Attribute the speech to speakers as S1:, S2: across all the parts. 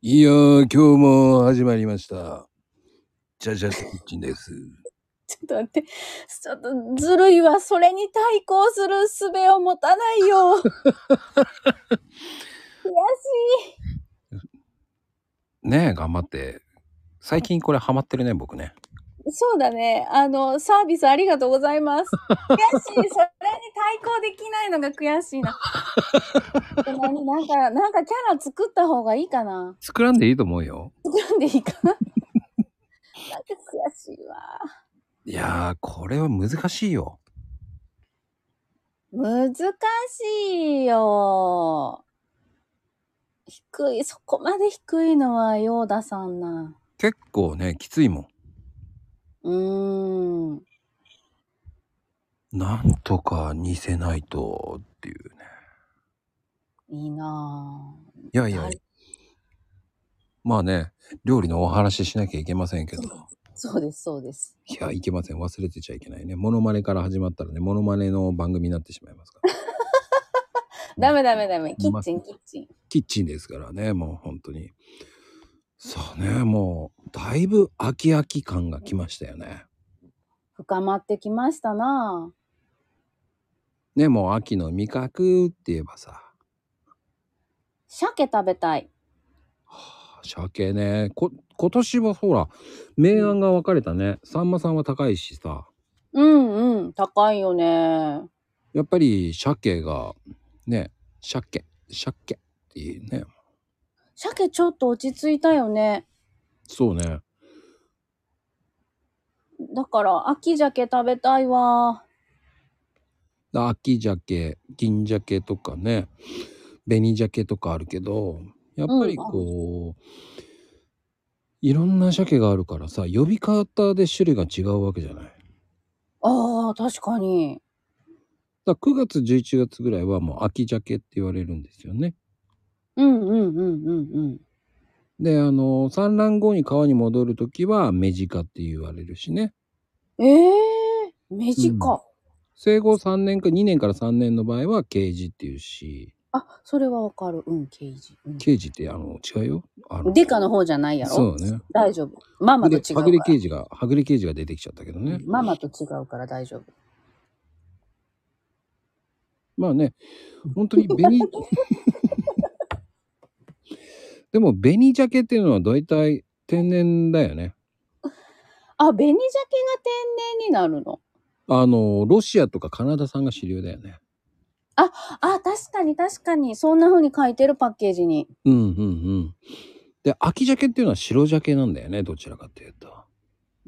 S1: いやー、今日も始まりました。チャチャスキッチンです。
S2: ちょっと待って。ちょっとずるいわ。それに対抗する術を持たないよ。悔しい。
S1: ねえ、頑張って。最近これハマってるね、僕ね。
S2: そうだね。あの、サービスありがとうございます。悔しい。それに対抗できないのが悔しいな。でもなんか、なんかキャラ作った方がいいかな。
S1: 作らんでいいと思うよ。
S2: 作らんでいいかな。なんか悔しいわ。
S1: いやー、これは難しいよ。
S2: 難しいよ。低い、そこまで低いのはヨーダさんな。
S1: 結構ね、きついも
S2: うーん。
S1: ん。なんとか似せないとっていうね。
S2: いいなぁ。
S1: いやいや
S2: はい、
S1: まあね、料理のお話ししなきゃいけませんけど。
S2: そうです、そうです。
S1: いや、いけません。忘れてちゃいけないね。モノマネから始まったらね、モノマネの番組になってしまいますから。
S2: ダメダメダメ。キ
S1: うま
S2: ッチン、キッチン。
S1: キッチンですからねもう本当にさあねもうだいぶ飽き飽き感がきましたよね
S2: 深まってきましたなぁ。
S1: ねもう秋の味覚って言えばさ
S2: 鮭食べたい。
S1: 鮭ねこ今年はほら明暗が分かれたねさんまさんは高いしさ
S2: うんうん。高いよね。
S1: やっぱり鮭がね鮭鮭っていうね
S2: 鮭ちょっと落ち着いたよね。
S1: そうね
S2: だから、秋鮭食べたいわ。
S1: 秋鮭銀鮭とかね紅鮭とかあるけどやっぱりこう、いろんな鮭があるからさ呼び方で種類が違うわけじゃない。だか
S2: ああ、確かに。
S1: ら9月11月ぐらいはもう秋鮭って言われるんですよね。
S2: うんうんうんうんうん。
S1: であの産卵後に川に戻る時はメジカって言われるしね
S2: ええー、目近。
S1: 生後3年か2年から3年の場合はケージっていうし
S2: あ、それはわかる。うん、刑事。う
S1: ケージってあの違うよ。あの
S2: ん、デカの方じゃないやろ
S1: そうね。
S2: 大丈夫。ママと違
S1: は
S2: うか
S1: ぐれ
S2: ら。
S1: 刑事が、はぐれ刑事が出てきちゃったけどね。
S2: ママと違うから大丈夫。
S1: まあね、本当に紅、でも紅鮭っていうのは大体天然だよね。
S2: あ、紅鮭が天然になるの。
S1: あの、ロシアとかカナダ産が主流だよね。
S2: あ、確かに確かに。そんな風に書いてるパッケージに。
S1: うんうんうん。で、秋鮭っていうのは白鮭なんだよね、どちらかというと。
S2: あ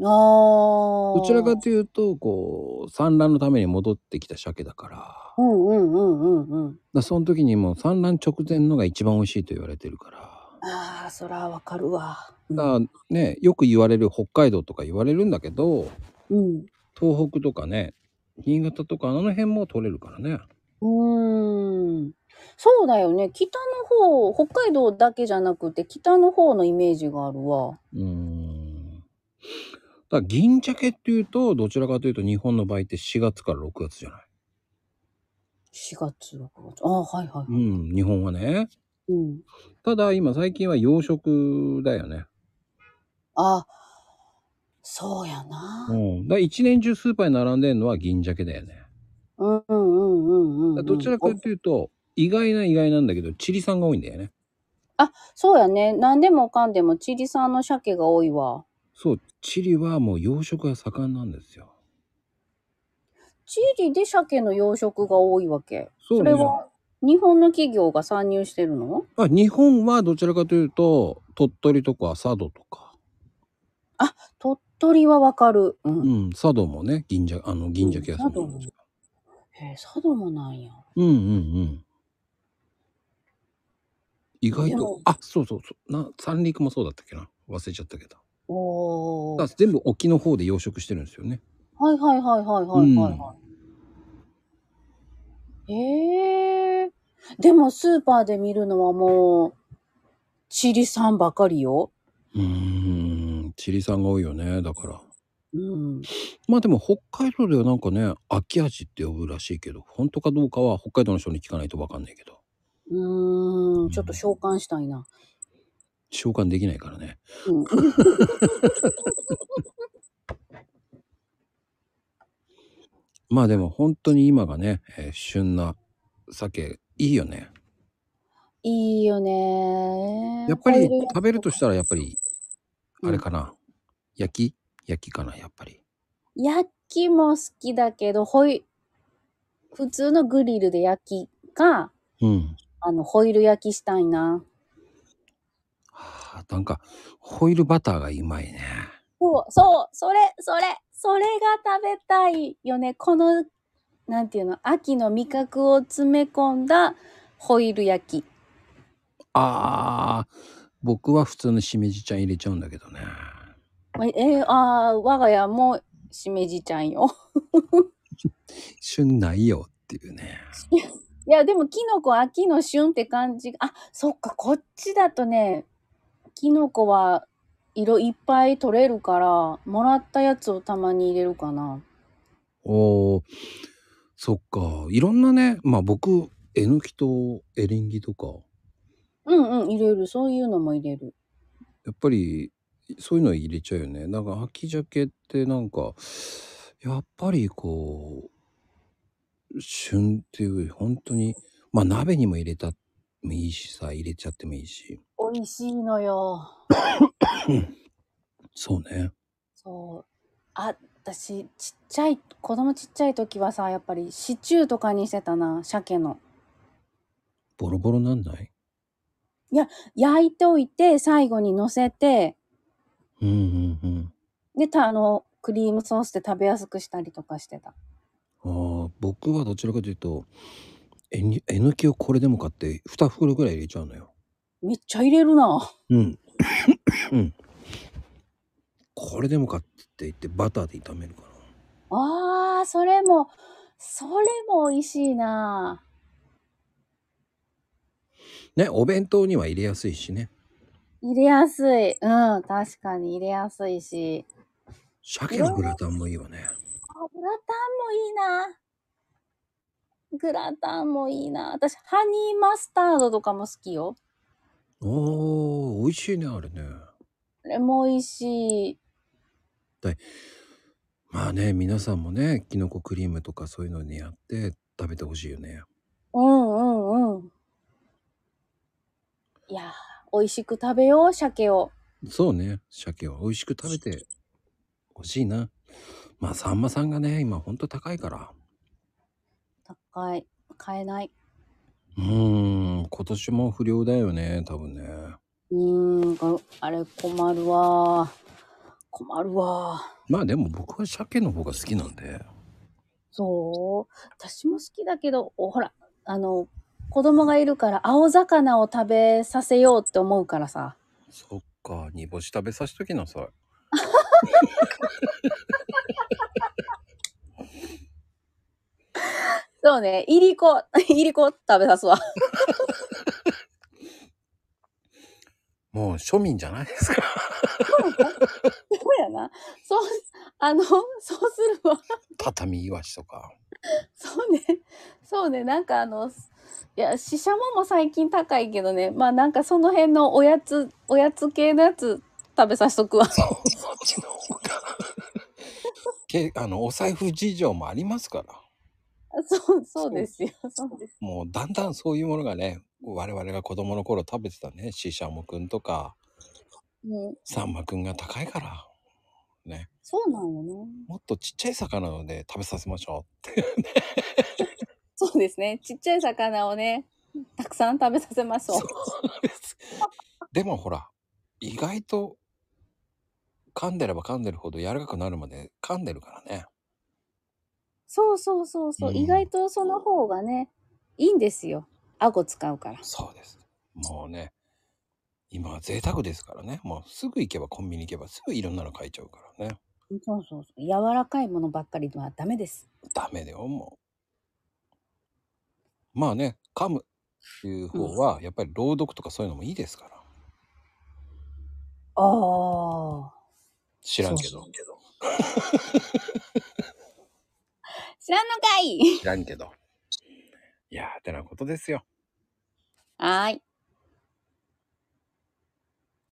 S2: ー
S1: どちらかというと、こう、産卵のために戻ってきた鮭だから、だか
S2: うんうんうんうんうん。
S1: らその時にもう産卵直前のが一番美味しいと言われてるから。
S2: ああ、そらわかるわ。うん
S1: だからね、よく言われる北海道とか言われるんだけど
S2: うん。
S1: 東北とかね新潟とかあの辺も取れるからね
S2: うーん。そうだよね。北の方、北海道だけじゃなくて、北の方のイメージがあるわ。
S1: うーんだから銀鮭っていうとどちらかというと日本の場合って4月から6月じゃない、。
S2: 4月、6月。ああ、はいはいう
S1: ん、日本はね
S2: うん。
S1: ただ今最近は養殖だよね、
S2: あ、そうやな。
S1: うん、だから一年中スーパーに並んでるのは銀鮭だよね
S2: うんうんうんうんうん、う
S1: だから
S2: ん。
S1: どちらかというと意外な意外なんだけどチリ産が多いんだよね
S2: そうやね。何でもかんでもチリ産の鮭が多いわ。
S1: そうチリはもう養殖が盛んなんですよ
S2: チリで鮭の養殖が多いわけ。
S1: そう
S2: そ
S1: ね
S2: れは日本の企業が参入してるの
S1: まあ、日本はどちらかというと鳥取とか佐渡とか、
S2: 鳥取はわかる。
S1: う
S2: う。
S1: んん、佐渡もね銀じゃあの銀じゃけ屋さん
S2: うん佐渡もへえ、佐渡もなんや。
S1: うんうんうん意外
S2: で
S1: と
S2: も
S1: あそうそうそうな三陸もそうだったっけな忘れちゃったけど
S2: おお。
S1: だ
S2: は
S1: から全部沖の方で養殖してるんですよね
S2: いはいはいはいはいはいはい。へえ。でもスーパーで見るのはもう、チリ産ばかりよ。
S1: うーんチリ産が多いよねだから
S2: うん。
S1: まあでも北海道ではなんかね秋味って呼ぶらしいけど本当かどうかは北海道の人に聞かないとわかんないけど
S2: うーん、ちょっと召喚したいな。
S1: 召喚できないからね。
S2: うん、
S1: まあでも本当に今がね、えー旬な鮭いいよね。
S2: いいよね。
S1: やっぱり
S2: こういう
S1: 食べるとしたらやっぱり
S2: うん
S1: あれかな、焼き焼きかなやっぱり。
S2: 焼きも好きだけど、ホイ、普通のグリルで焼きか、
S1: うん。
S2: あの、ホイル焼きしたいな。
S1: はあ、なんかホイールバターがうまいね。
S2: そう、そう、それ、それ、それが食べたいよね。この、なんていうの、秋の味覚を詰め込んだホイル焼き。
S1: ああ僕は普通のしめじちゃん入れちゃうんだけどね。
S2: まえー、ああ、我が家もしめじちゃんよ。
S1: 旬ないよっていうね。
S2: いや、でも、キノコ秋の旬って感じ。あ、そっか、こっちだとね、キノコは色いっぱい取れるから、もらったやつをたまに入れるかな。
S1: おーそっかいろんなねまあ僕えのきとエリンギとか
S2: うんうん、入れる。そういうのも入れる。
S1: やっぱりそういうの入れちゃうよねなんか秋鮭ってなんかやっぱりこう旬っていう本当にまあ鍋にも入れたもいいしさ入れちゃってもいいし
S2: 美味しいのよ。
S1: そうね
S2: そう。あ、私、ちっちゃい、子供ちっちゃい時はさ、やっぱりシチューとかにしてたな、鮭の。
S1: ボロボロなんない
S2: 焼いておいて、最後に乗せて、
S1: うんうん
S2: で、た、あの、クリームソースで食べやすくしたりとかして
S1: う
S2: た。
S1: んあー僕はどちらかというとえにえのきをこれでも買って2袋ぐらい入れちゃうのよ
S2: めっちゃ入れるな。
S1: うん。うん。これでもかって言ってバターで炒めるかな。
S2: ああ、それも、それも美味しいな。
S1: ね、お弁当には入れやすいしね。
S2: 入れやすい。うん、確かに入れやすいし。
S1: 鮭のグラタンもいいわね。
S2: あグラタンもいいな。グラタンもいいな。私、ハニーマスタードとかも好きよ。
S1: おー、美味しいね、あれね。
S2: これも美味しい。
S1: まあね、皆さんもね、きのこクリームとかそういうのにやって食べてほしいよね。
S2: うんうんうん。いやー、美味しく食べよう、鮭を。
S1: そうね、鮭は美味しく食べてほしいな。まあ、さんまさんがね、今ほんと高いから。
S2: 高い。買えない。
S1: うーん、今年も不良だよね、多分ね。
S2: うーんこ、あれ困るわー。困るわー。
S1: まあでも僕は鮭の方が好きなんで。
S2: そう。私も好きだけど、おほら、あの、子供がいるから青魚を食べさせようって思うからさ。
S1: そっか、煮干し食べさせときなさい。
S2: そうね、いりこ、 いりこ食べさすわ。
S1: もう庶民じゃないですか。
S2: そうやな。そう、あの、そうするわ。
S1: 畳いわしとか。
S2: そうね、 そうね、なんかあの、いや、ししゃもも最近高いけどね、まあなんかその辺のおやつ、おやつ系のやつ食べさせとくわ。
S1: そ う、そっちの方が。け、あの、お財布事情もありますから。
S2: そう、そうですよ。そうです。
S1: もうだんだんそういうものがね、我々が子供の頃食べてたね、シシャモくんとか、
S2: うん、
S1: サンマくんが高いから。ね、
S2: そうなんよね。
S1: もっとちっちゃい魚ので食べさせましょうって。
S2: そうですね。ちっちゃい魚をね、たくさん食べさせましょう。
S1: そうです。でもほら、意外と噛んでれば噛んでるほど柔らかくなるまで噛んでるからね。
S2: そうそうそうそう、
S1: うん
S2: 意外とその方がね、いいんですよ。顎使うから。
S1: そうです。もうね、今は贅沢ですからね。もうすぐ行けばコンビニ行けばすぐいろんなの買えちゃうからね。
S2: そうそうそう。柔らかいものばっかりはダメです。
S1: ダメだよ、もう。まあね、噛むっていう方は、やっぱり朗読とかそういうのもいいですから。
S2: ああ。
S1: 知らんけど。
S2: そう知らんのかい
S1: 知らんけど。いやー、てなことですよ。
S2: はーい。